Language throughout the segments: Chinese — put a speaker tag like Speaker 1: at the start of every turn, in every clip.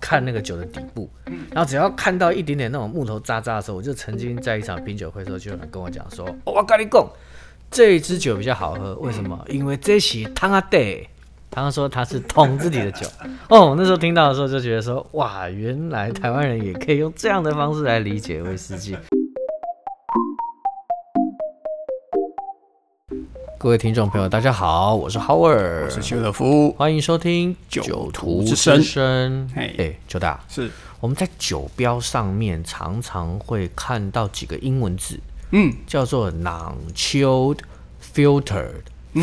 Speaker 1: 看那个酒的底部，然后只要看到一点点那种木头渣渣的时候，我就曾经在一场品酒会的时候，就有人跟我讲说：“哦、我跟你讲，这一支酒比较好喝，为什么？因为这是汤阿爹。”他说他是桶自己的酒 哦，那时候听到的时候就觉得说，哇，原来台湾人也可以用这样的方式来理解威士忌。各位听众朋友，大家好，我是 Howard，
Speaker 2: 我是邱德夫，
Speaker 1: 欢迎收听《
Speaker 2: 酒
Speaker 1: 徒
Speaker 2: 徒之声
Speaker 1: 声
Speaker 2: 嘿
Speaker 1: 哎，九大，
Speaker 2: 是，
Speaker 1: 我们在酒标上面常常会看到几个英文字，
Speaker 2: 嗯，
Speaker 1: 叫做 non-chilled filtered，、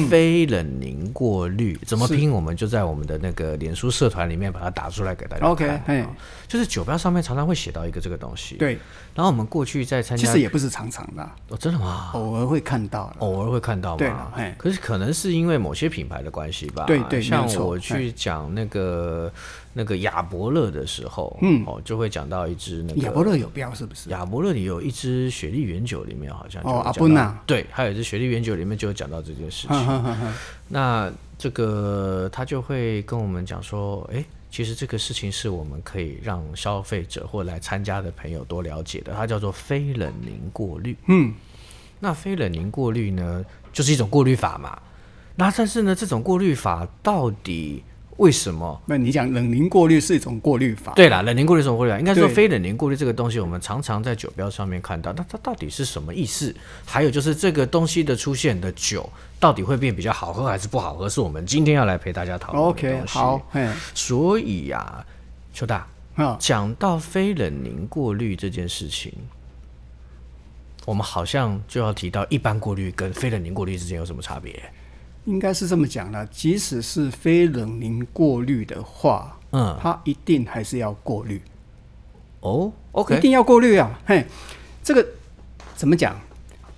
Speaker 1: 非
Speaker 2: 嗯
Speaker 1: 冷凝过滤，怎么拼？我们就在我们的那个脸书社团里面把它打出来给大家看。
Speaker 2: OK，嘿
Speaker 1: 哦就是酒标上面常常会写到一个这个东西。，
Speaker 2: 对，
Speaker 1: 然后我们过去在参
Speaker 2: 其
Speaker 1: 加，
Speaker 2: 实也不是常常的啊，
Speaker 1: 哦，真的吗？
Speaker 2: 偶尔会看到啦。
Speaker 1: 偶尔会看到嘛，
Speaker 2: 对了嘿
Speaker 1: 可是可能是因为某些品牌的关系吧，
Speaker 2: 对对
Speaker 1: 像
Speaker 2: 没有错
Speaker 1: 我去讲那个那个亚伯乐的时候，嗯，哦，就会讲到一支那个
Speaker 2: 亚伯乐有标是不是？
Speaker 1: 亚伯乐里有一支雪莉原酒，里面好像就有
Speaker 2: 哦阿
Speaker 1: 讲到
Speaker 2: 布纳嗯
Speaker 1: 对，还有一支雪莉原酒里面就有讲到这件事情。
Speaker 2: 哼哼哼哼
Speaker 1: 那这个他就会跟我们讲说，诶，其实这个事情是我们可以让消费者或来参加的朋友多了解的，它叫做非冷凝过滤。
Speaker 2: 嗯，
Speaker 1: 那非冷凝过滤呢，就是一种过滤法嘛。那但是呢，这种过滤法到底为什么？
Speaker 2: 那你讲冷凝过滤是一种过滤法，
Speaker 1: 对啦，冷凝过滤是什么过滤法？应该说
Speaker 2: 对
Speaker 1: 非冷凝过滤这个东西，我们常常在酒标上面看到，那它到底是什么意思？还有就是这个东西的出现的酒到底会变比较好喝还是不好喝，是我们今天要来陪大家讨论的
Speaker 2: ，OK，
Speaker 1: 东西。
Speaker 2: 好，，嘿，
Speaker 1: 所以啊，邱大
Speaker 2: 啊，
Speaker 1: 讲到非冷凝过滤这件事情，我们好像就要提到一般过滤跟非冷凝过滤之间有什么差别？
Speaker 2: 应该是这么讲的，即使是非冷凝过滤的话，
Speaker 1: 嗯，
Speaker 2: 它一定还是要过滤。
Speaker 1: 哦
Speaker 2: 一
Speaker 1: ，OK，
Speaker 2: 定要过滤啊。嘿，这个怎么讲？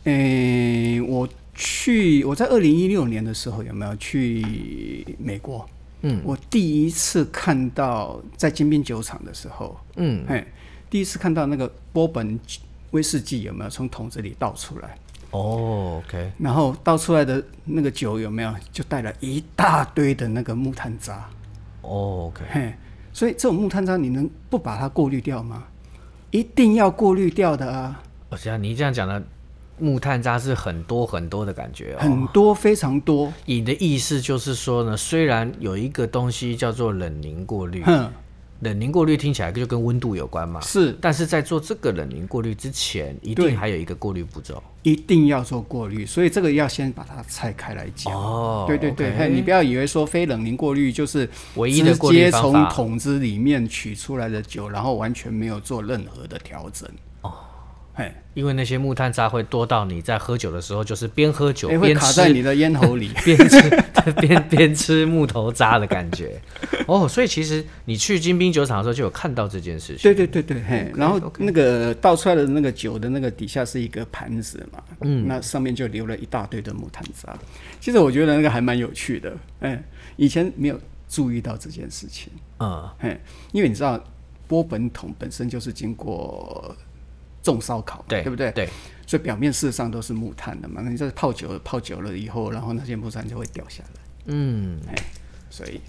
Speaker 2: 诶、我去，我在二零一六年的时候有没有去美国？
Speaker 1: 嗯，
Speaker 2: 我第一次看到在精品酒厂的时候，
Speaker 1: 嗯，
Speaker 2: 嘿，第一次看到那个波本威士忌有没有从桶子里倒出来，
Speaker 1: 哦，OK，
Speaker 2: 然后倒出来的那个酒有没有就带了一大堆的那个木炭渣，
Speaker 1: 哦，OK，
Speaker 2: 嘿，所以这种木炭渣你能不把它过滤掉吗？一定要过滤掉的啊。
Speaker 1: 我想你这样讲的木炭渣是很多很多的感觉哦。
Speaker 2: 很多，非常多。
Speaker 1: 你的意思就是说呢，虽然有一个东西叫做冷凝过滤，
Speaker 2: 哼，
Speaker 1: 冷凝过滤听起来就跟温度有关嘛，
Speaker 2: 是
Speaker 1: 但是在做这个冷凝过滤之前，一
Speaker 2: 对
Speaker 1: 定还有一个过滤步骤。
Speaker 2: 一定要做过滤，所以这个要先把它拆开来讲。
Speaker 1: 哦
Speaker 2: 对对对
Speaker 1: OK
Speaker 2: 嘿你不要以为说非冷凝过滤就是
Speaker 1: 唯一的
Speaker 2: 直
Speaker 1: 过滤
Speaker 2: 接
Speaker 1: 方
Speaker 2: 从
Speaker 1: 法
Speaker 2: 桶子里面取出来的酒，然后完全没有做任何的调整。哦，嘿，
Speaker 1: 因为那些木炭渣会多到你在喝酒的时候，就是边喝酒
Speaker 2: 哎，会
Speaker 1: 边
Speaker 2: 卡在
Speaker 1: 吃。
Speaker 2: 你的咽喉里
Speaker 1: 边吃 边边吃木头渣的感觉。哦，所以其实你去金兵酒厂的时候就有看到这件事情。
Speaker 2: 对对对对，嘿，然后那个倒出来的那个酒的那个底下是一个盘子嘛，嗯，那上面就留了一大堆的木炭渣。其实我觉得那个还蛮有趣的，哎，以前没有注意到这件事情。
Speaker 1: 嗯，
Speaker 2: 嘿，因为你知道波本桶本身就是经过重烧烤嘛，
Speaker 1: 对，
Speaker 2: 不对？
Speaker 1: 对，
Speaker 2: 所以表面事实上都是木炭的嘛，那你这泡久了，泡久了以后，然后那些木炭就会掉下来，
Speaker 1: 嗯。
Speaker 2: 嘿，所以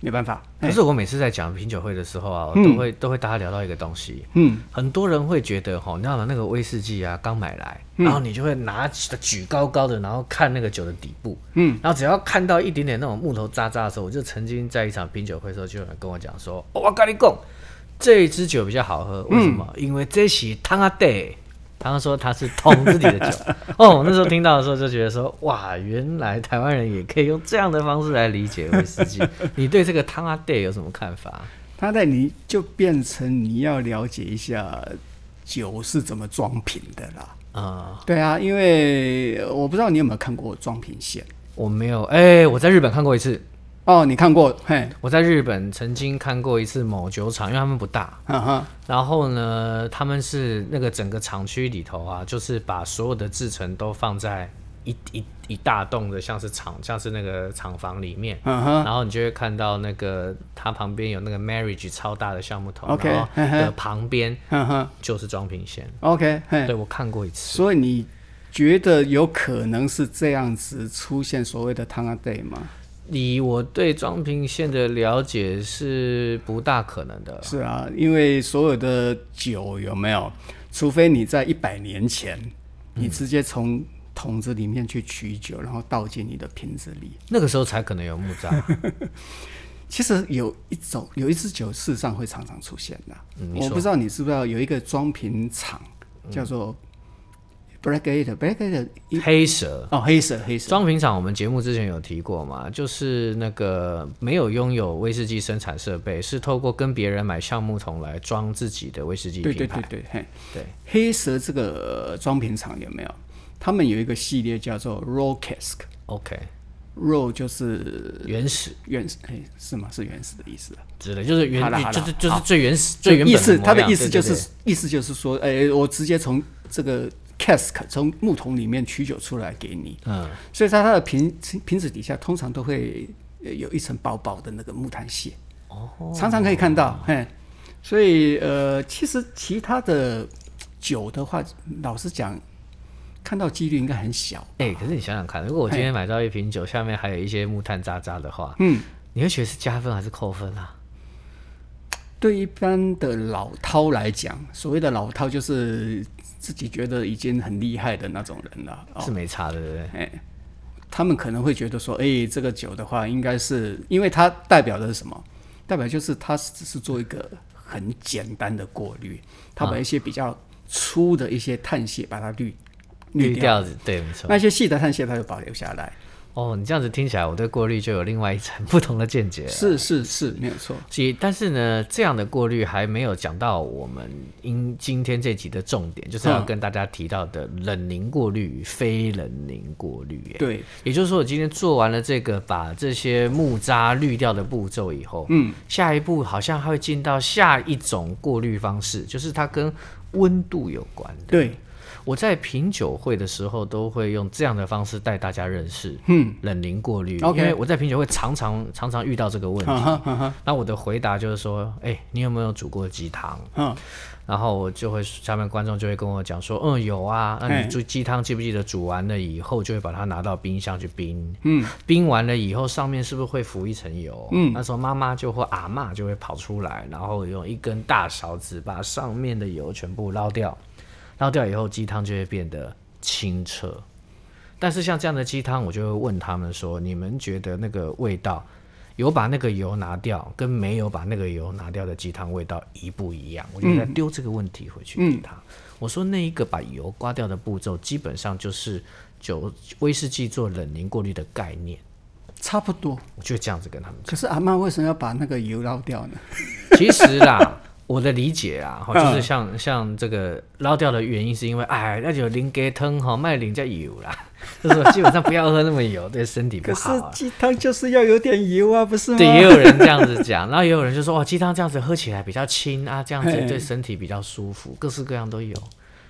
Speaker 2: 没办法，
Speaker 1: 可是我每次在讲品酒会的时候啊，我都会、都会大家聊到一个东西，
Speaker 2: 嗯，
Speaker 1: 很多人会觉得哈，你知道吗？那个威士忌啊，刚买来，然后你就会拿起举高高的，然后看那个酒的底部，嗯，然后只要看到一点点那种木头渣渣的时候，我就曾经在一场品酒会的时候，就有人跟我讲说，哦、我跟你讲，这一支酒比较好喝，为什么？因为这是汤阿爹。他说他是桶自己的酒哦，我那时候听到的时候就觉得说，哇，原来台湾人也可以用这样的方式来理解威士 忌。你对这个汤阿爹有什么看法？
Speaker 2: 它在你就变成你要了解一下酒是怎么装瓶的啦。
Speaker 1: 啊、
Speaker 2: 对啊，因为呃我不知道你有没有看过装瓶线
Speaker 1: 我没有，哎、我在日本看过一次，
Speaker 2: 哦，你看过？嘿，
Speaker 1: 我在日本曾经看过一次某酒厂，因为他们不大，
Speaker 2: 啊哈哈，
Speaker 1: 然后呢，他们是那个整个厂区里头啊，就是把所有的制成都放在一一一大栋的，像是厂，像是那个厂房里面。
Speaker 2: 嗯哼，
Speaker 1: 然后你就会看到那个它旁边有那个 marriage 超大的橡木桶
Speaker 2: OK，
Speaker 1: 然后
Speaker 2: 嗯哼
Speaker 1: 的旁边
Speaker 2: 嗯哼
Speaker 1: 就是装瓶线。
Speaker 2: ，OK，嘿
Speaker 1: 对，我看过一次。
Speaker 2: 所以你觉得有可能是这样子出现所谓的 t a n a day 啊吗？
Speaker 1: 以我对装瓶线的了解是不大可能的。
Speaker 2: 是啊，因为所有的酒有没有，除非你在一百年前，
Speaker 1: 嗯
Speaker 2: 你直接从桶子里面去取酒，然后倒进你的瓶子里。
Speaker 1: 那个时候才可能有木渣。
Speaker 2: 其实有一种有一支酒，事实上会常常出现的。
Speaker 1: 嗯你
Speaker 2: 我
Speaker 1: 说嗯
Speaker 2: 不知道你知不知道，有一个装瓶厂叫做 Black Eight，Black Eight 一
Speaker 1: 黑蛇，
Speaker 2: 哦黑色黑色，
Speaker 1: 装瓶厂我们节目之前有提过嘛，就是那个没有拥有威士忌生产设备，是透过跟别人买橡木桶来装自己的威士忌
Speaker 2: 对对
Speaker 1: 品牌。
Speaker 2: 对对，嘿，
Speaker 1: 对
Speaker 2: 黑蛇这个呃装瓶厂有没有？他们有一个系列叫做 Raw Cask，Raw
Speaker 1: o k
Speaker 2: 就是
Speaker 1: 原始
Speaker 2: 原始，哎，是吗？是原始的意思啊。
Speaker 1: 之类，就是
Speaker 2: 好啦好
Speaker 1: 原
Speaker 2: 啦
Speaker 1: 就是就是最原始最原
Speaker 2: 意
Speaker 1: 本
Speaker 2: 思，
Speaker 1: 模样
Speaker 2: 他的意思就
Speaker 1: 对对
Speaker 2: 是意思就是说，哎，我直接从这个 cask 从木桶里面取酒出来给你，
Speaker 1: 对嗯，
Speaker 2: 所以在它的瓶瓶子底下通常都会呃有一层薄薄的那个木炭屑，哦，常常可以看到，嘿，所以呃，其实其他的酒的话，老实讲，看到几率应该很小，
Speaker 1: 哎、可是你想想看，如果我今天买到一瓶酒，下面还有一些木炭渣渣的话，
Speaker 2: 嗯，
Speaker 1: 你会觉得是加分还是扣分啊？
Speaker 2: 对一般的老饕来讲，所谓的老饕就是自己觉得已经很厉害的那种人了，哦
Speaker 1: 是没差的，对不对？
Speaker 2: 他们可能会觉得说，哎、这个酒的话，应该是因为它代表的是什么？代表就是它只是做一个很简单的过滤，它把一些比较粗的一些碳屑把它滤滤
Speaker 1: 绿
Speaker 2: 掉，
Speaker 1: 调子对，没错。
Speaker 2: 那些细的碳屑它就保留下来。
Speaker 1: 哦，你这样子听起来，我对过滤就有另外一层不同的见解了。
Speaker 2: 是是是，没有错。
Speaker 1: 其但是呢，这样的过滤还没有讲到我们因今天这集的重点，就是要跟大家提到的冷凝过滤与非冷凝过滤。哎
Speaker 2: 对，
Speaker 1: 也就是说，我今天做完了这个把这些木渣滤掉的步骤以后，嗯，下一步好像还会进到下一种过滤方式，就是它跟温度有关的。
Speaker 2: 对，
Speaker 1: 我在品酒会的时候都会用这样的方式带大家认识，嗯，冷凝过滤
Speaker 2: OK
Speaker 1: 因为我在品酒会常常常常遇到这个问题。
Speaker 2: 啊哈哈哈哈，
Speaker 1: 那我的回答就是说，哎、你有没有煮过鸡汤？
Speaker 2: 嗯，
Speaker 1: 然后我就会下面观众就会跟我讲说，嗯，有啊。那你煮鸡汤记不记得煮完了以后就会把它拿到冰箱去冰？嗯，冰完了以后上面是不是会浮一层油？嗯，那时候妈妈就或阿嬷就会跑出来，然后用一根大勺子把上面的油全部捞掉，捞掉以后鸡汤就会变得清澈。但是像这样的鸡汤，我就会问他们说：你们觉得那个味道有把那个油拿掉，跟没有把那个油拿掉的鸡汤味道一不一样？我就
Speaker 2: 嗯
Speaker 1: 在丢这个问题回去给他。我说那一个把油刮掉的步骤，基本上就是酒威士忌做冷凝过滤的概念。
Speaker 2: 差不多。
Speaker 1: 我就这样子跟 他们
Speaker 2: 可是阿妈为什么要把那个油捞掉呢？
Speaker 1: 讲。其实啦。我的理解 啊，
Speaker 2: 嗯
Speaker 1: 哈，就是像像这个捞掉的原因，是因为哎，那就淋给汤哈，卖淋加油啦，就是说基本上不要喝那么油，对身体不
Speaker 2: 可是
Speaker 1: 好、啊。
Speaker 2: 鸡汤就是要有点油啊，不是吗？
Speaker 1: 对，也有人这样子讲， 然后也有人就说，哦，鸡汤这样子喝起来比较轻啊，这样子
Speaker 2: 嘿
Speaker 1: 对身体比较舒服，各式各样都有。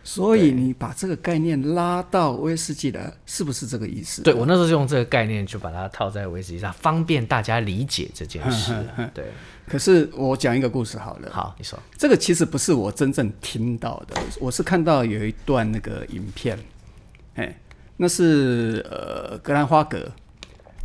Speaker 2: 所以你把这个概念拉到威士忌来，是不是这个意思？
Speaker 1: 对我那时候就用这个概念就把它套在威士忌上，方便大家理解这件事。
Speaker 2: 嗯
Speaker 1: 对，
Speaker 2: 可是我讲一个故事好了。
Speaker 1: 好，你说，
Speaker 2: 这个其实不是我真正听到的，我是看到有一段那个影片，哎，那是呃格兰花格，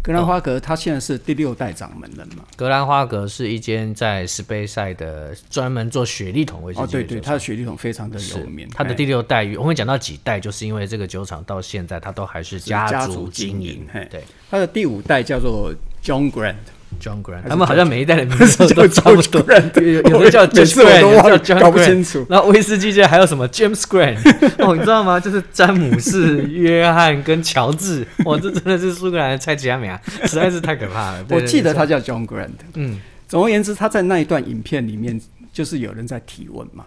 Speaker 2: 格兰花格
Speaker 1: 哦
Speaker 2: 他现在是第六代掌门人嘛？
Speaker 1: 格兰花格是一间在斯杯赛的专门做雪莉桶威士忌
Speaker 2: 哦，
Speaker 1: 的酒
Speaker 2: 对
Speaker 1: 厂。
Speaker 2: 对，他的雪莉桶非常的有
Speaker 1: 是
Speaker 2: 名，
Speaker 1: 他的
Speaker 2: 哎
Speaker 1: 第六代，我们讲到几代，就是因为这个酒厂到现在，它都还是
Speaker 2: 家族
Speaker 1: 族
Speaker 2: 经
Speaker 1: 经
Speaker 2: 营
Speaker 1: 营
Speaker 2: 嘿。
Speaker 1: 对
Speaker 2: 他的第五代叫做 John Grant，
Speaker 1: ，John Grant，
Speaker 2: 是
Speaker 1: 他们好像每一代的名字
Speaker 2: 叫
Speaker 1: 都差不
Speaker 2: George
Speaker 1: 多，
Speaker 2: Grant，
Speaker 1: 有有的叫
Speaker 2: 每
Speaker 1: James
Speaker 2: 次我
Speaker 1: Grant，
Speaker 2: 都
Speaker 1: 有的
Speaker 2: 忘
Speaker 1: 叫
Speaker 2: 了
Speaker 1: John
Speaker 2: 搞不
Speaker 1: Grant
Speaker 2: 清楚。
Speaker 1: 然后威士忌界还有什么 James Grant？哦， 你知道吗？就是詹姆士、约翰跟乔治。哇，这真的是苏格兰的菜奇亚米啊，实在是太可怕了。对
Speaker 2: 我
Speaker 1: 对
Speaker 2: 记得
Speaker 1: 没错
Speaker 2: 他叫 John Grant。
Speaker 1: 嗯，
Speaker 2: 总而言之，他在那一段影片里面，就是有人在提问嘛，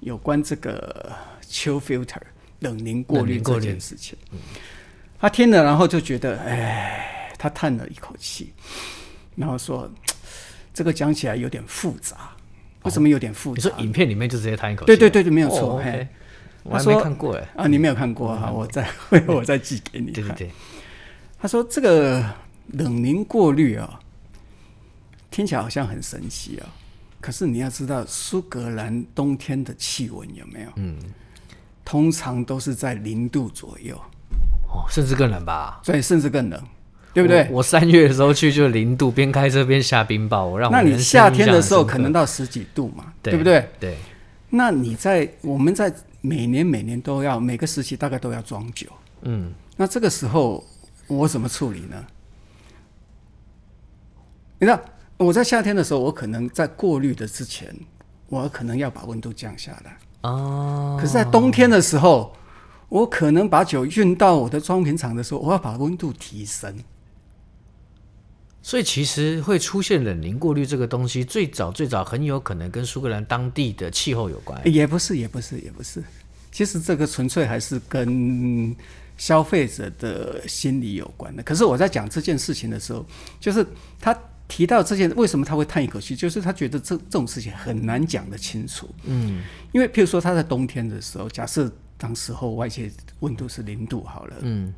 Speaker 2: 有关这个 chill filter 冷凝过
Speaker 1: 冷
Speaker 2: 滤
Speaker 1: 凝过
Speaker 2: 这
Speaker 1: 滤嗯
Speaker 2: 件事情。他听了，然后就觉得，哎，他叹了一口气，然后说，嘖这个讲起来有点复杂。为什么有点复
Speaker 1: 哦你
Speaker 2: 杂？
Speaker 1: 说影片里面就直接叹一口气啊，
Speaker 2: 对对对对，没有错。
Speaker 1: 哦，OK
Speaker 2: 嘿
Speaker 1: 我还
Speaker 2: 他说
Speaker 1: 没看过哎。
Speaker 2: 啊，你没有看过哈、我再 回头我再寄给你。
Speaker 1: 对 对对，
Speaker 2: 他说这个冷凝过滤啊、听起来好像很神奇啊、可是你要知道，苏格兰冬天的气温有没有？嗯，通常都是在零度左右，
Speaker 1: 哦，甚至更冷吧？
Speaker 2: 所以甚至更冷。对不对？
Speaker 1: 我三月的时候去就零度，边开车边下冰雹，我让我
Speaker 2: 那你
Speaker 1: 人生
Speaker 2: 夏天
Speaker 1: 印象
Speaker 2: 的
Speaker 1: 很
Speaker 2: 时候
Speaker 1: 深刻
Speaker 2: 可能到十几度嘛，
Speaker 1: 对
Speaker 2: 不对？？
Speaker 1: 对，
Speaker 2: 那你在我们在每年每年都要每个时期大概都要装酒，
Speaker 1: 嗯，
Speaker 2: 那这个时候我怎么处理呢？你知道我在夏天的时候，我可能在过滤的之前，我可能要把温度降下来。
Speaker 1: 哦，
Speaker 2: 可是，在冬天的时候，我可能把酒运到我的装瓶厂的时候，我要把温度提升。
Speaker 1: 所以其实会出现冷凝过滤这个东西，最早最早很有可能跟苏格兰当地的气候有关。
Speaker 2: 也不是，也不是，也不是。其实这个纯粹还是跟消费者的心理有关的。可是我在讲这件事情的时候，就是他提到这件，为什么他会叹一口气？就是他觉得这这种事情很难讲得清楚。嗯，因为譬如说他在冬天的时候，假设当时候外界温度是零度好了，
Speaker 1: 嗯，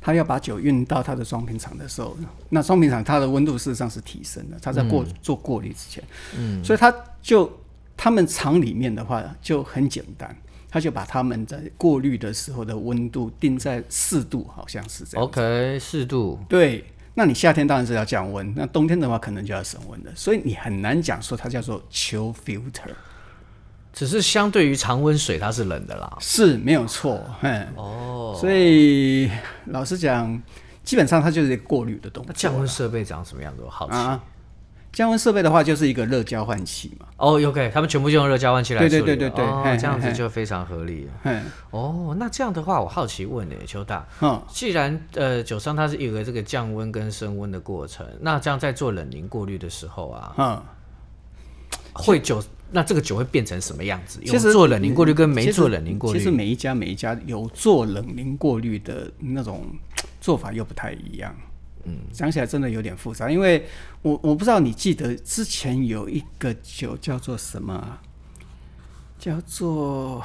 Speaker 2: 他要把酒运到他的装瓶厂的时候，那装瓶厂它的温度事实上是提升的，它在过、做过滤之前，嗯，所以他就他们厂里面的话就很简单，他就把他们在过滤的时候的温度定在四度，好像是这样。
Speaker 1: OK，适度。
Speaker 2: 对，那你夏天当然是要降温，那冬天的话可能就要升温的，所以你很难讲说它叫做 chill filter，
Speaker 1: 只是相对于常温水，它是冷的啦。
Speaker 2: 是没有错，嗯，
Speaker 1: 哦，
Speaker 2: 所以老实讲，基本上它就是一个过滤的东西
Speaker 1: 那。降温设备长什么样子？我好奇。
Speaker 2: 啊，降温设备的话就是一个热交换器嘛。
Speaker 1: 哦、o k 他们全部就用热交换器来
Speaker 2: 对对
Speaker 1: 处理
Speaker 2: 对
Speaker 1: 了
Speaker 2: 对对
Speaker 1: 哦
Speaker 2: 嘿
Speaker 1: 这样子
Speaker 2: 嘿
Speaker 1: 就非常合理了。
Speaker 2: 嗯，
Speaker 1: 哦，那这样的话，我好奇问呢、邱大，
Speaker 2: 哼，
Speaker 1: 既然呃酒商它是有个这个降温跟升温的过程，那这样在做冷凝过滤的时候啊，
Speaker 2: 哼，
Speaker 1: 会酒那这个酒会变成什么样子？
Speaker 2: 其
Speaker 1: 有
Speaker 2: 实嗯
Speaker 1: 做冷凝过滤跟没
Speaker 2: 其实
Speaker 1: 做冷凝过
Speaker 2: 其实
Speaker 1: 滤，
Speaker 2: 每一家每一家有做冷凝过滤的那种做法又不太一样。嗯，想起来真的有点复杂，因为我我不知道你记得之前有一个酒叫做什么啊，叫做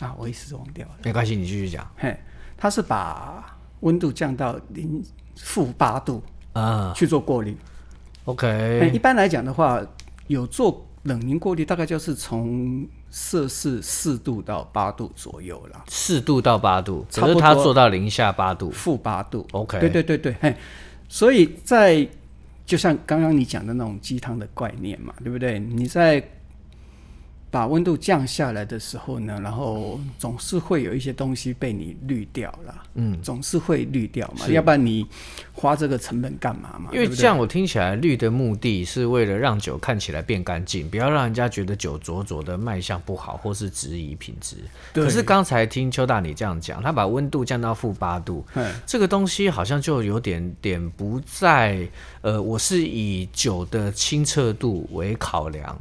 Speaker 2: 啊，我一时忘掉了。
Speaker 1: 没关系，你继续讲。
Speaker 2: 嘿，它是把温度降到零负八度
Speaker 1: 啊、
Speaker 2: 去做过滤。
Speaker 1: o
Speaker 2: 哎
Speaker 1: k
Speaker 2: 一般来讲的话，有做冷凝过滤，大概就是从摄氏四度到八度左右啦，
Speaker 1: 四度到八度，
Speaker 2: 差
Speaker 1: 可
Speaker 2: 不
Speaker 1: 是
Speaker 2: 多
Speaker 1: 它做到零下八度。
Speaker 2: 负八度。
Speaker 1: OK
Speaker 2: 对对对对，嘿，所以在就像刚刚你讲的那种鸡汤的概念嘛，对不对？你在把温度降下来的时候呢，然后总是会有一些东西被你滤掉了，嗯，总是会滤掉嘛，要不然你花这个成本干嘛嘛？
Speaker 1: 因为
Speaker 2: 对不对
Speaker 1: 这样我听起来绿的目的是为了让酒看起来变干净，不要让人家觉得酒浊浊的卖相不好或是质疑品质。
Speaker 2: 对
Speaker 1: 可是刚才听邱大你这样讲，他把温度降到负八度，这个东西好像就有点点不在呃，我是以酒的清澈度为考量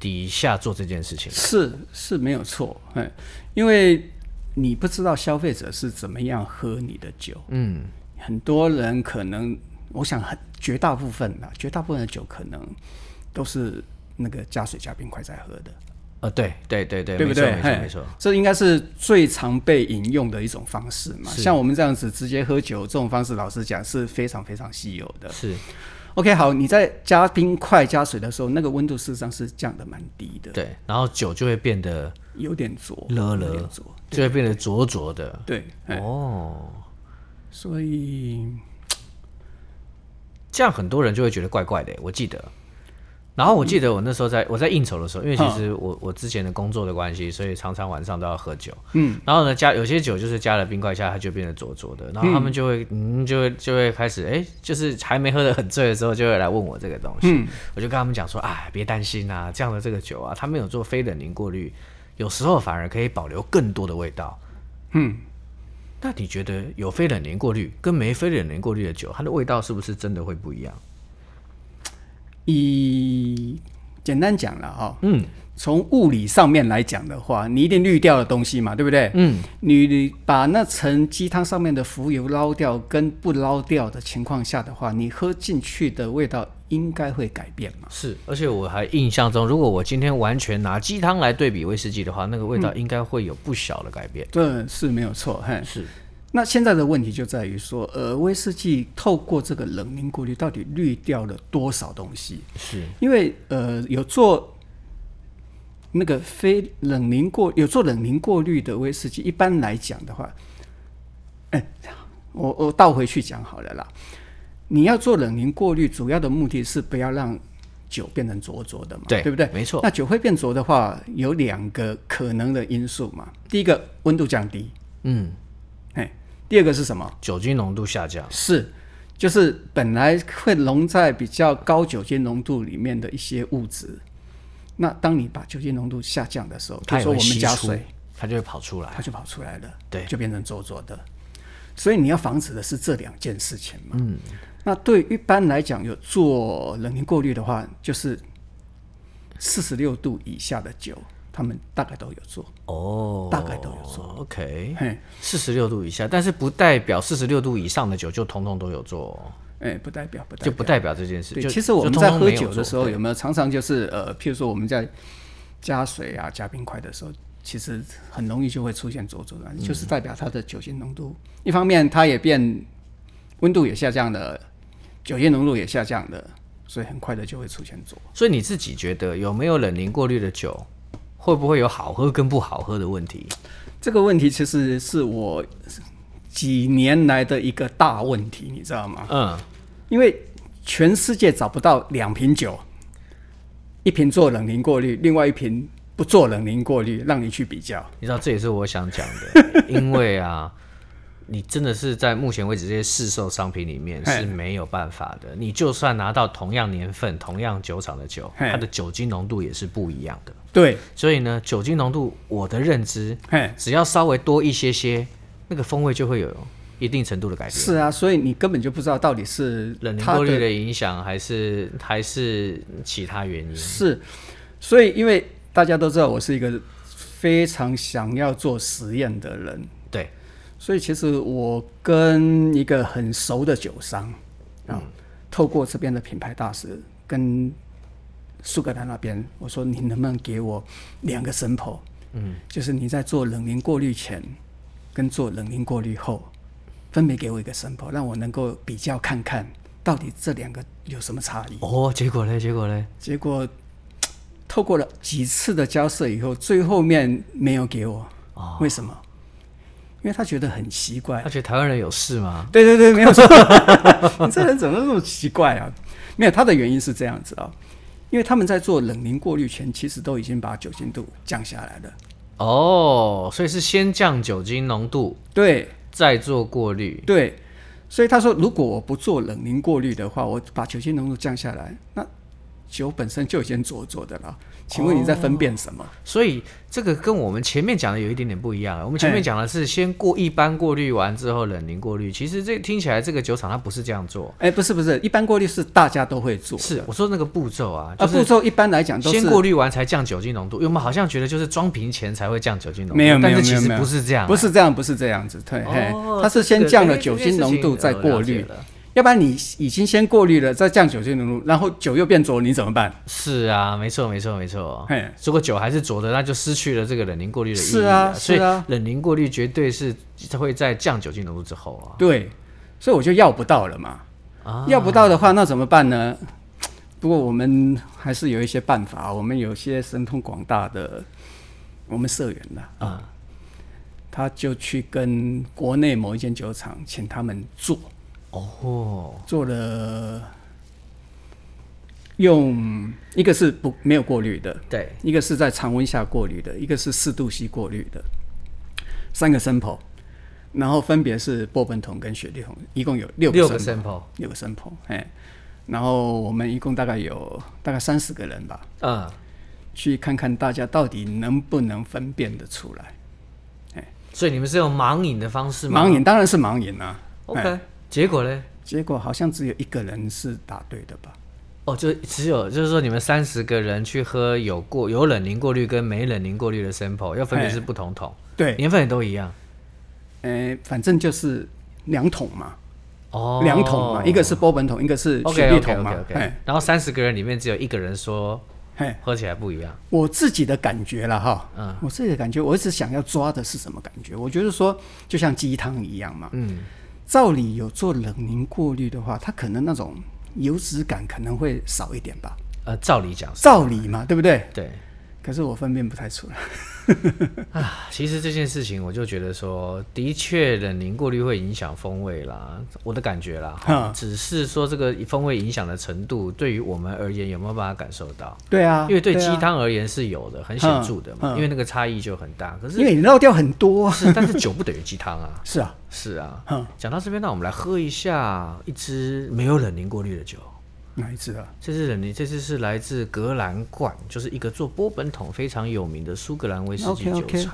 Speaker 1: 底下做这件事情。
Speaker 2: 是是没有错，嗯，因为你不知道消费者是怎么样喝你的酒，
Speaker 1: 嗯，
Speaker 2: 很多人可能，我想很绝大部分啦，绝大部分的酒可能都是那个加水加冰块在喝的，
Speaker 1: 呃，对对对对，
Speaker 2: 对不对？
Speaker 1: 没错没
Speaker 2: 嘿
Speaker 1: 错没错。，
Speaker 2: 这应该是最常被引用的一种方式嘛。
Speaker 1: 是
Speaker 2: 像我们这样子直接喝酒这种方式，老实讲是非常非常稀有的。
Speaker 1: 是
Speaker 2: OK，好，你在加冰块加水的时候，那个温度事实上是降的蛮低的，
Speaker 1: 对，然后酒就会变得
Speaker 2: 有点浊，
Speaker 1: 了
Speaker 2: 有点
Speaker 1: 了，
Speaker 2: 浊，
Speaker 1: 就会变得浊浊的。
Speaker 2: 对，嘿
Speaker 1: 哦，
Speaker 2: 所以
Speaker 1: 这样很多人就会觉得怪怪的。我记得，然后我记得我那时候在我在应酬的时候，因为其实我我之前的工作的关系，所以常常晚上都要喝酒。嗯，然后呢，加有些酒就是加了冰块下，它就变得浊浊的，然后他们就会嗯就会就会开始哎、就是还没喝得很醉的时候，就会来问我这个东西。我就跟他们讲说，哎，别担心啊，这样的这个酒啊，它没有做非冷凝过滤，有时候反而可以保留更多的味道。
Speaker 2: 嗯，
Speaker 1: 那你觉得有非冷凝过滤跟没非冷凝过滤的酒，它的味道是不是真的会不一样？
Speaker 2: 以简单讲了哈、
Speaker 1: 嗯
Speaker 2: 从物理上面来讲的话，你一定滤掉的东西嘛，对不对？
Speaker 1: 嗯，
Speaker 2: 你你把那层鸡汤上面的浮油捞掉，跟不捞掉的情况下的话，你喝进去的味道应该会改变嘛？
Speaker 1: 是，而且我还印象中，如果我今天完全拿鸡汤来对比威士忌的话，那个味
Speaker 2: 嗯
Speaker 1: 道应该会有不小的改变。
Speaker 2: 对，是没有错，嘿。
Speaker 1: 是，
Speaker 2: 那现在的问题就在于说，呃，威士忌透过这个冷凝过滤，到底滤掉了多少东西？
Speaker 1: 是，
Speaker 2: 因为呃，有做那个非冷凝过有做冷凝过滤的威士忌，一般来讲的话，哎、我我倒回去讲好了啦。你要做冷凝过滤，主要的目的是不要让酒变成浊浊的嘛，
Speaker 1: 对
Speaker 2: 对不对？
Speaker 1: 没错
Speaker 2: 那酒会变浊的话，有两个可能的因素嘛。第一个，温度降低，
Speaker 1: 嗯，
Speaker 2: 哎，第二个是什么？
Speaker 1: 酒精浓度下降，
Speaker 2: 是，就是本来会溶在比较高酒精浓度里面的一些物质。那当你把酒精浓度下降的时候，比
Speaker 1: 它
Speaker 2: 如
Speaker 1: 也
Speaker 2: 说
Speaker 1: 会
Speaker 2: 我们
Speaker 1: 吸
Speaker 2: 加
Speaker 1: 出
Speaker 2: 水，，
Speaker 1: 它就会跑出来。
Speaker 2: 它就跑出来了，
Speaker 1: 对
Speaker 2: 就变成浊浊的。所以你要防止的是这两件事情嘛。嗯，那对一般来讲，有做冷凝过滤的话，就是四十六度以下的酒，他们大概都有做。
Speaker 1: 哦，
Speaker 2: 大概都有做
Speaker 1: OK，
Speaker 2: 嘿，
Speaker 1: 四十六度以下，但是不代表四十六度以上的酒就通通都有做哦，
Speaker 2: 哎，不代表，不代
Speaker 1: 就
Speaker 2: 表，
Speaker 1: 不代表这件事。
Speaker 2: 对，
Speaker 1: 就
Speaker 2: 其实我
Speaker 1: 就
Speaker 2: 们
Speaker 1: 通
Speaker 2: 在
Speaker 1: 通
Speaker 2: 喝
Speaker 1: 没有
Speaker 2: 酒的
Speaker 1: 做
Speaker 2: 时候，
Speaker 1: 对
Speaker 2: 有没有常常就是呃，譬如说我们在加水啊、加冰块的时候，其实很容易就会出现灼灼的，
Speaker 1: 嗯
Speaker 2: 就是代表它的酒精浓度，一方面它也变温度也下降了，酒精浓度也下降了，所以很快的就会出现灼。
Speaker 1: 所以你自己觉得有没有冷凝过滤的酒，会不会有好喝跟不好喝的问题？
Speaker 2: 这个问题其实是我几年来的一个大问题，你知道吗？
Speaker 1: 嗯，
Speaker 2: 因为全世界找不到两瓶酒，一瓶做冷凝过滤，另外一瓶不做冷凝过滤，让你去比较。
Speaker 1: 你知道这也是我想讲 的，因为啊，你真的是在目前为止这些市售商品里面
Speaker 2: 嘿
Speaker 1: 是没有办法的。你就算拿到同样年份、同样酒厂的酒，
Speaker 2: 嘿
Speaker 1: 它的酒精浓度也是不一样的。
Speaker 2: 对，
Speaker 1: 所以呢，酒精浓度我的认知，
Speaker 2: 嘿，
Speaker 1: 只要稍微多一些些，那个风味就会有一定程度的改变。
Speaker 2: 是啊，所以你根本就不知道到底是
Speaker 1: 冷凝
Speaker 2: 它
Speaker 1: 过滤
Speaker 2: 的
Speaker 1: 的影响，还是还是其他原因？
Speaker 2: 是，所以因为大家都知道我是一个非常想要做实验的人，
Speaker 1: 对，
Speaker 2: 所以其实我跟一个很熟的酒商啊，透过这边的品牌大使跟苏格兰那边，我说你能不能给我两个 sample？嗯，就是你在做冷凝过滤前跟做冷凝过滤后，分别给我一个 sample，让我能够比较看看到底这两个有什么差异。
Speaker 1: 哦，结果嘞，结果嘞，
Speaker 2: 结果透过了几次的交涉以后，最后面没有给我，
Speaker 1: 哦
Speaker 2: 为什么？因为他觉得很奇怪
Speaker 1: 他，觉得台湾人有事吗？
Speaker 2: 对对对，没 有错。你这人怎么那么奇怪啊？没有，他的原因是这样子啊、因为他们在做冷凝过滤前，其实都已经把酒精度降下来了。
Speaker 1: 哦，所以是先降酒精浓度，
Speaker 2: 对
Speaker 1: 再做过滤。
Speaker 2: 对，所以他说，如果我不做冷凝过滤的话，我把酒精浓度降下来，那酒本身就已经浊浊的了。请问你在分辨什么？
Speaker 1: 所以这个跟我们前面讲的有一点点不一样了。我们前
Speaker 2: 嘿
Speaker 1: 面讲的是先过一般过滤完之后冷凝过滤，其实这听起来这个酒厂它不是这样做。
Speaker 2: 哎、不是不是，一般过滤是大家都会做的，
Speaker 1: 是我说那个步骤啊，
Speaker 2: 啊，
Speaker 1: 就
Speaker 2: 步
Speaker 1: 是
Speaker 2: 骤一般来讲都是
Speaker 1: 先过滤完才降酒精浓度。因为我们好像觉得就是装瓶前才会降酒精浓度，
Speaker 2: 没有没
Speaker 1: 但
Speaker 2: 有
Speaker 1: 是
Speaker 2: 没
Speaker 1: 其
Speaker 2: 有
Speaker 1: 实
Speaker 2: 没有
Speaker 1: 不是这样啊，
Speaker 2: 不是这样，不是这样子，对，嘿
Speaker 1: 哦。，
Speaker 2: 它是先降了酒精浓度再过滤，
Speaker 1: 的。
Speaker 2: 要不然你已经先过滤了，再降酒精浓度，然后酒又变浊，你怎么办？
Speaker 1: 是啊，没错，没错，没错
Speaker 2: 嘿。
Speaker 1: 如果酒还是浊的，那就失去了这个冷凝过滤的意义
Speaker 2: 是啊
Speaker 1: 了所以
Speaker 2: 是啊
Speaker 1: 冷凝过滤绝对是会在降酒精浓度之后啊。
Speaker 2: 对，所以我就要不到了嘛。
Speaker 1: 啊
Speaker 2: 要不到的话，那怎么办呢？不过我们还是有一些办法，我们有些神通广大的我们社员呐、啊，他就去跟国内某一间酒厂请他们做，
Speaker 1: 哦，
Speaker 2: 做了用一个是不没有过滤的，
Speaker 1: 对，
Speaker 2: 一个是在常温下过滤的，一个是四度 C 过滤的，三个 sample，然后分别是波本桶跟雪莉桶，一共有六
Speaker 1: 六
Speaker 2: 个
Speaker 1: 个
Speaker 2: sample，
Speaker 1: sample，
Speaker 2: 六个 sample，哎，然后我们一共大概有大概三十个人吧，
Speaker 1: 嗯，
Speaker 2: 去看看大家到底能不能分辨得出来。
Speaker 1: 所以你们是用盲饮的方式吗？
Speaker 2: 盲饮当然是盲饮啊哎
Speaker 1: ，OK。结果嘞，
Speaker 2: 结果好像只有一个人是答对的吧？
Speaker 1: 哦，就只有就是说你们三十个人去喝有过有冷凝过滤跟没冷凝过滤的 sample，要分别
Speaker 2: 嘿
Speaker 1: 是不同桶，
Speaker 2: 对，
Speaker 1: 年份也都一样。
Speaker 2: 呃，反正就是两桶嘛，
Speaker 1: 哦，
Speaker 2: 两桶嘛，一个是波本桶，一个是雪
Speaker 1: OK
Speaker 2: 莉
Speaker 1: OK
Speaker 2: 桶嘛
Speaker 1: OK，OK，
Speaker 2: 哎
Speaker 1: 然后三十个人里面只有一个人说
Speaker 2: 哎，
Speaker 1: 喝起来不一样。
Speaker 2: 我自己的感觉了哈，
Speaker 1: 嗯
Speaker 2: 我自己的感觉，我一直想要抓的是什么感觉？我觉得说，就像鸡汤一样嘛，
Speaker 1: 嗯，
Speaker 2: 照理有做冷凝过滤的话，它可能那种油脂感可能会少一点吧，
Speaker 1: 呃，照理讲是
Speaker 2: 照理嘛，对不对？
Speaker 1: 对，
Speaker 2: 可是我分辨不太出来。
Speaker 1: 啊，其实这件事情我就觉得说，的确冷凝过滤会影响风味啦，我的感觉啦，哈
Speaker 2: 嗯
Speaker 1: 只是说这个风味影响的程度，对于我们而言有没有办法感受到？
Speaker 2: 对啊，
Speaker 1: 因为对
Speaker 2: 啊
Speaker 1: 鸡，汤而言是有的，很显著的嘛，
Speaker 2: 嗯嗯
Speaker 1: 因为那个差异就很大。可是
Speaker 2: 因为你漏掉很多啊。
Speaker 1: 是，但是酒不等于鸡汤 啊。
Speaker 2: 是啊，
Speaker 1: 是啊，
Speaker 2: 哼，
Speaker 1: 讲到这边，那我们来喝一下一支没有冷凝过滤的酒。
Speaker 2: 哪一支啊？
Speaker 1: 这支冷凝，这支是来自格兰冠，就是一个做波本桶非常有名的苏格兰威士忌酒厂。
Speaker 2: OK，OK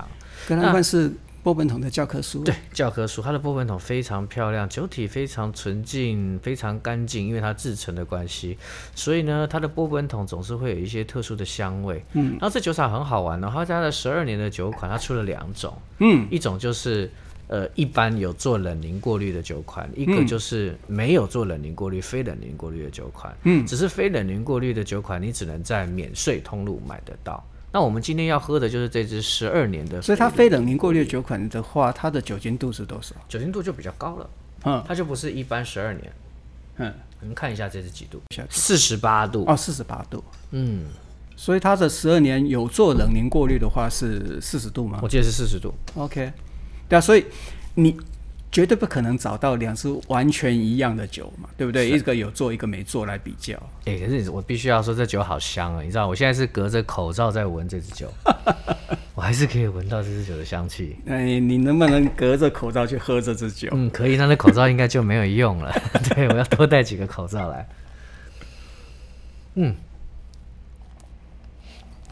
Speaker 2: 格兰冠是波本桶的教科书。
Speaker 1: 对，教科书，它的波本桶非常漂亮，酒体非常纯净，非常干净，因为它制成的关系，所以呢，它的波本桶总是会有一些特殊的香味。嗯，然后这酒厂很好玩哦，它家的十二年的酒款，它出了两种，
Speaker 2: 嗯，
Speaker 1: 一种就是。呃，一般有做冷凝过滤的酒款，一个就是没有做冷凝过滤、非冷凝过滤的酒款。嗯，只是非冷凝过滤的酒款，你只能在免税通路买得到。那我们今天要喝的就是这支十二年的，
Speaker 2: 所以它非冷凝过滤酒款的话，它的酒精度是多少？
Speaker 1: 酒精度就比较高了。
Speaker 2: 嗯
Speaker 1: 它就不是一般十二年。
Speaker 2: 嗯，
Speaker 1: 你们看一下这是几度
Speaker 2: 下？
Speaker 1: 四十八度。
Speaker 2: 哦，四十八度。
Speaker 1: 嗯，
Speaker 2: 所以它的十二年有做冷凝过滤的话是四十度吗
Speaker 1: 我记得是四十度。
Speaker 2: ？OK，对啊，所以你绝对不可能找到两支完全一样的酒嘛，对不对？一个有做，一个没做来比较。
Speaker 1: 哎、可是我必须要说，这酒好香啊！你知道，我现在是隔着口罩在闻这支 酒，我还是可以闻到这支酒的香气。
Speaker 2: 哎，你能不能隔着口罩去喝这支酒？
Speaker 1: 嗯，可以，那那口罩应该就没有用了。 对，我要多带几个口罩来。嗯，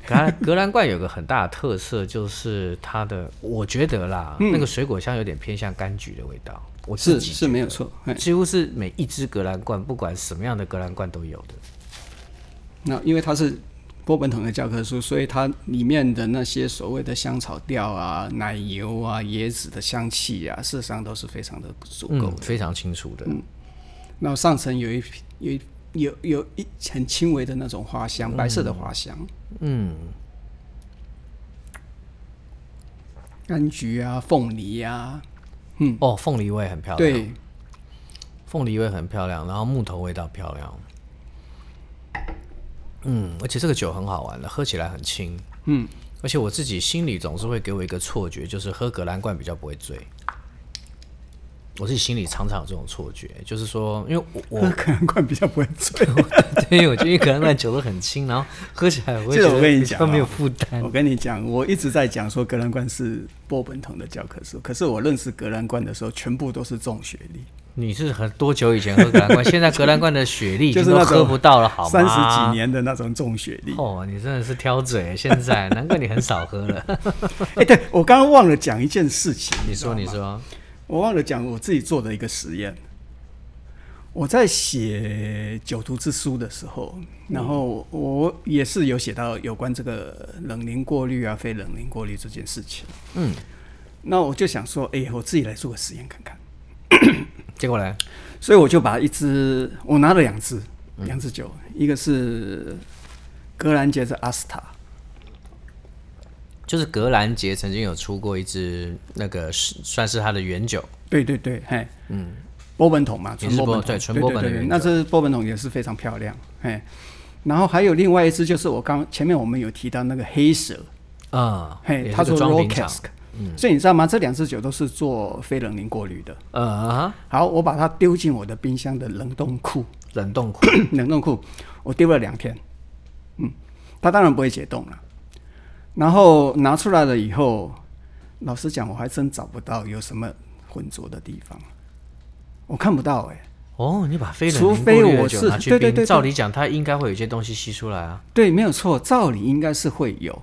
Speaker 1: 格兰格兰冠有个很大的特色，就是它的，我觉得啦，那个水果香有点偏向柑橘的味道。我自
Speaker 2: 是
Speaker 1: 己
Speaker 2: 是没有错。哎，
Speaker 1: 几乎是每一只格兰冠，不管什么样的格兰冠都有的。
Speaker 2: 那因为它是波本桶的教科书，所以它里面的那些所谓的香草调啊、奶油啊、椰子的香气啊，事实上都是非常的足够。
Speaker 1: 嗯，非常清楚的。
Speaker 2: 那、上层有一有一有有一很轻微的那种花香，白色的花香，
Speaker 1: 嗯，
Speaker 2: 柑橘啊、凤梨啊，
Speaker 1: 哦，凤梨味很漂亮，，
Speaker 2: 对，
Speaker 1: 凤梨味很漂亮，然后木头味道漂亮。嗯，而且这个酒很好玩的，喝起来很轻。
Speaker 2: 嗯，
Speaker 1: 而且我自己心里总是会给我一个错觉，就是喝格兰冠比较不会醉。我自己心里常常有这种错觉，就是说，因为我
Speaker 2: 那
Speaker 1: 我
Speaker 2: 可能罐比较不会醉。
Speaker 1: 对，因为我觉得格兰冠酒都很轻，然后喝起来我会
Speaker 2: 这
Speaker 1: 觉
Speaker 2: 个
Speaker 1: 得
Speaker 2: 我跟你
Speaker 1: 比
Speaker 2: 讲
Speaker 1: 较没有
Speaker 2: 哦
Speaker 1: 负担。
Speaker 2: 我跟你讲， 我一直在讲说格兰冠是波本桶的教科书，可是我认识格兰冠的时候，全部都是重学历。
Speaker 1: 你是很多久以前喝格兰冠？现在格兰冠的雪莉已
Speaker 2: 就
Speaker 1: 经
Speaker 2: 是
Speaker 1: 都
Speaker 2: 那
Speaker 1: 喝不到了，好吗？
Speaker 2: 三十几年的那种重学历。
Speaker 1: 哦，你真的是挑嘴，现在难怪你很少喝了。
Speaker 2: 哎、对我刚刚忘了讲一件事情，
Speaker 1: 你
Speaker 2: 知道
Speaker 1: 说，
Speaker 2: 吗
Speaker 1: 你，说，
Speaker 2: 我忘了讲我自己做的一个实验。我在写《九徒之书》的时候，然后我也是有写到有关这个冷凝过滤啊、非冷凝过滤这件事情。
Speaker 1: 嗯，
Speaker 2: 那我就想说，哎、我自己来做个实验看看。
Speaker 1: 结果嘞，
Speaker 2: 所以我就把一支，我拿了两支，两支酒，一个是格兰杰的阿斯塔，
Speaker 1: 就是格兰杰曾经有出过一支那个是算是他的原酒，
Speaker 2: 对对对，嘿，嗯，波本桶嘛，
Speaker 1: 也
Speaker 2: 纯
Speaker 1: 是
Speaker 2: 波本
Speaker 1: 波
Speaker 2: 桶，
Speaker 1: 对纯波本的
Speaker 2: 对对
Speaker 1: 原
Speaker 2: 那
Speaker 1: 酒
Speaker 2: 这波本桶也是非常漂亮，嘿。然后还有另外一只，就是我刚前面我们有提到那个黑蛇，
Speaker 1: 嗯，
Speaker 2: 嘿，
Speaker 1: 也
Speaker 2: 它
Speaker 1: 是
Speaker 2: 做
Speaker 1: 个装
Speaker 2: raw
Speaker 1: 瓶厂，
Speaker 2: cask，、所以你知道吗？这两支酒都是做非冷凝过滤的。
Speaker 1: 嗯啊哈，
Speaker 2: 好，我把它丢进我的冰箱的冷冻库，
Speaker 1: 冷冻库，
Speaker 2: 冷冻库，我丢了两天，嗯，它当然不会解冻了。然后拿出来了以后，老实讲，我还真找不到有什么浑浊的地方，我看不到哎、
Speaker 1: 哦，你把非冷
Speaker 2: 除
Speaker 1: 凝
Speaker 2: 非
Speaker 1: 过滤的
Speaker 2: 我
Speaker 1: 酒
Speaker 2: 是
Speaker 1: 拿去
Speaker 2: 对对
Speaker 1: 冰，
Speaker 2: 对对
Speaker 1: 照理讲它应该会有一些东西吸出来啊。
Speaker 2: 对，没有错，照理应该是会有，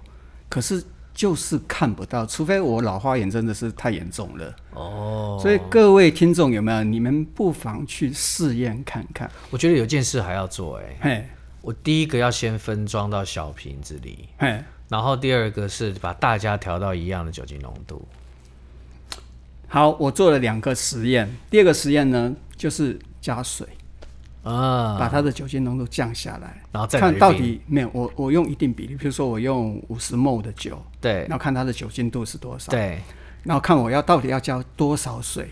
Speaker 2: 可是就是看不到，除非我老花眼真的是太严重了。
Speaker 1: 哦，
Speaker 2: 所以各位听众有没有？你们不妨去试验看看。
Speaker 1: 我觉得有件事还要做，哎，
Speaker 2: 嘿，
Speaker 1: 我第一个要先分装到小瓶子里，
Speaker 2: 嘿，
Speaker 1: 然后第二个是把大家调到一样的酒精浓度。
Speaker 2: 好，我做了两个实验。第二个实验呢，就是加水，
Speaker 1: 啊，
Speaker 2: 把它的酒精浓度降下来，
Speaker 1: 然后再来
Speaker 2: 看
Speaker 1: 一
Speaker 2: 到
Speaker 1: 瓶
Speaker 2: 底没有。我我用一定比例，比如说我用五十 ml 的酒，
Speaker 1: 对
Speaker 2: 然后看它的酒精度是多少，
Speaker 1: 对，
Speaker 2: 然后看我要到底要加多少水，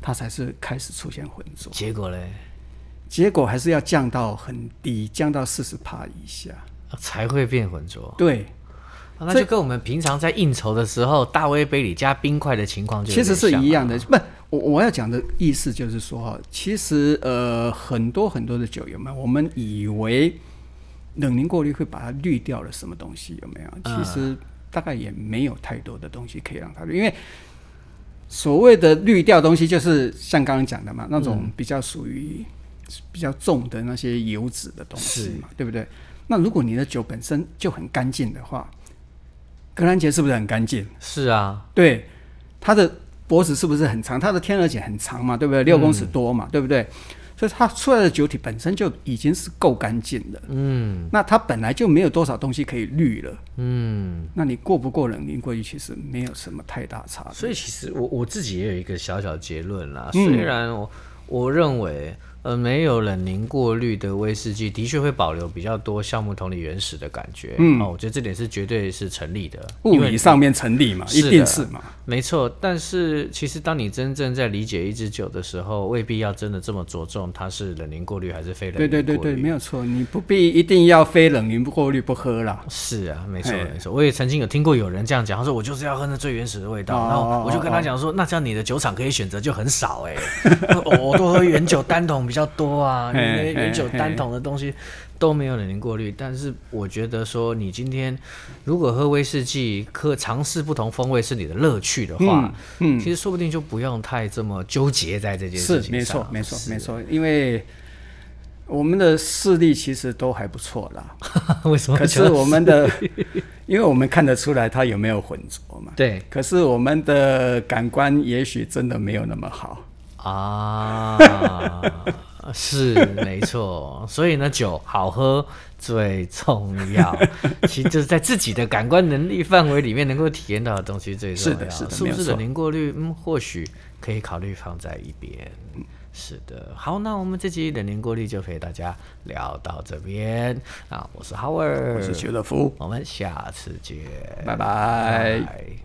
Speaker 2: 它才是开始出现浑浊。
Speaker 1: 结果嘞
Speaker 2: 结果还是要降到很低，降到四十帕以下。
Speaker 1: 啊哦才会变浑浊。
Speaker 2: 对，
Speaker 1: 啊那就跟我们平常在应酬的时候，大威杯里加冰块的情况就、啊、
Speaker 2: 其实是一样的。不，我我要讲的意思就是说哈，其实呃很多很多的酒有没有？我们以为冷凝过滤会把它滤掉了什么东西有没有？其实大概也没有太多的东西可以让它滤，因为所谓的滤掉东西，就是像刚刚讲的嘛，那种比较属于比较重的那些油脂的东西嘛，对不对？那如果你的酒本身就很干净的话，格兰杰是不是很干净？
Speaker 1: 是啊，
Speaker 2: 对，它的脖子是不是很长？它的天鹅颈很长嘛，对不对？六公尺多嘛，嗯、对不对？所以它出来的酒体本身就已经是够干净的。嗯，那它本来就没有多少东西可以滤了。嗯，那你过不过冷凝过滤，其实没有什么太大差。
Speaker 1: 所以其实我我自己也有一个小小结论啦，嗯、虽然我我认为。呃，没有冷凝过滤的威士忌的确会保留比较多橡木桶里原始的感觉，嗯，哦，我觉得这点是绝对是成立的，
Speaker 2: 物理上面成立嘛，一定是嘛，
Speaker 1: 没错。但是其实当你真正在理解一支酒的时候，未必要真的这么着重它是冷凝过滤还是非冷凝过滤。
Speaker 2: 对对对对，没有错，你不必一定要非冷凝过滤不喝啦。
Speaker 1: 是啊，没错没错。我也曾经有听过有人这样讲，他说我就是要喝那最原始的味道，哦、然后我就跟他讲说，哦、那这样你的酒厂可以选择就很少哎、欸哦，我多喝原酒单桶比。比较多啊，因为原酒单桶的东西都没有冷凝过滤。但是我觉得说，你今天如果喝威士忌，喝尝试不同风味是你的乐趣的话，嗯，嗯其实说不定就不用太这么纠结在这件事情上。
Speaker 2: 没错，没错，没错，因为我们的视力其实都还不错啦。
Speaker 1: 为什么？
Speaker 2: 可是我们的，因为我们看得出来它有没有混浊嘛。
Speaker 1: 对。
Speaker 2: 可是我们的感官也许真的没有那么好。
Speaker 1: 啊，是没错，所以呢，酒好喝最重要，其实就是在自己的感官能力范围里面能够体验到的东西最重要。
Speaker 2: 是的，是的，
Speaker 1: 是不是冷凝过滤？嗯，或许可以考虑放在一边。嗯、是的，好，那我们这集冷凝过滤就陪大家聊到这边啊，我是 Howard，
Speaker 2: 哦我是邱乐福，
Speaker 1: 我们下次见，
Speaker 2: 拜拜。拜拜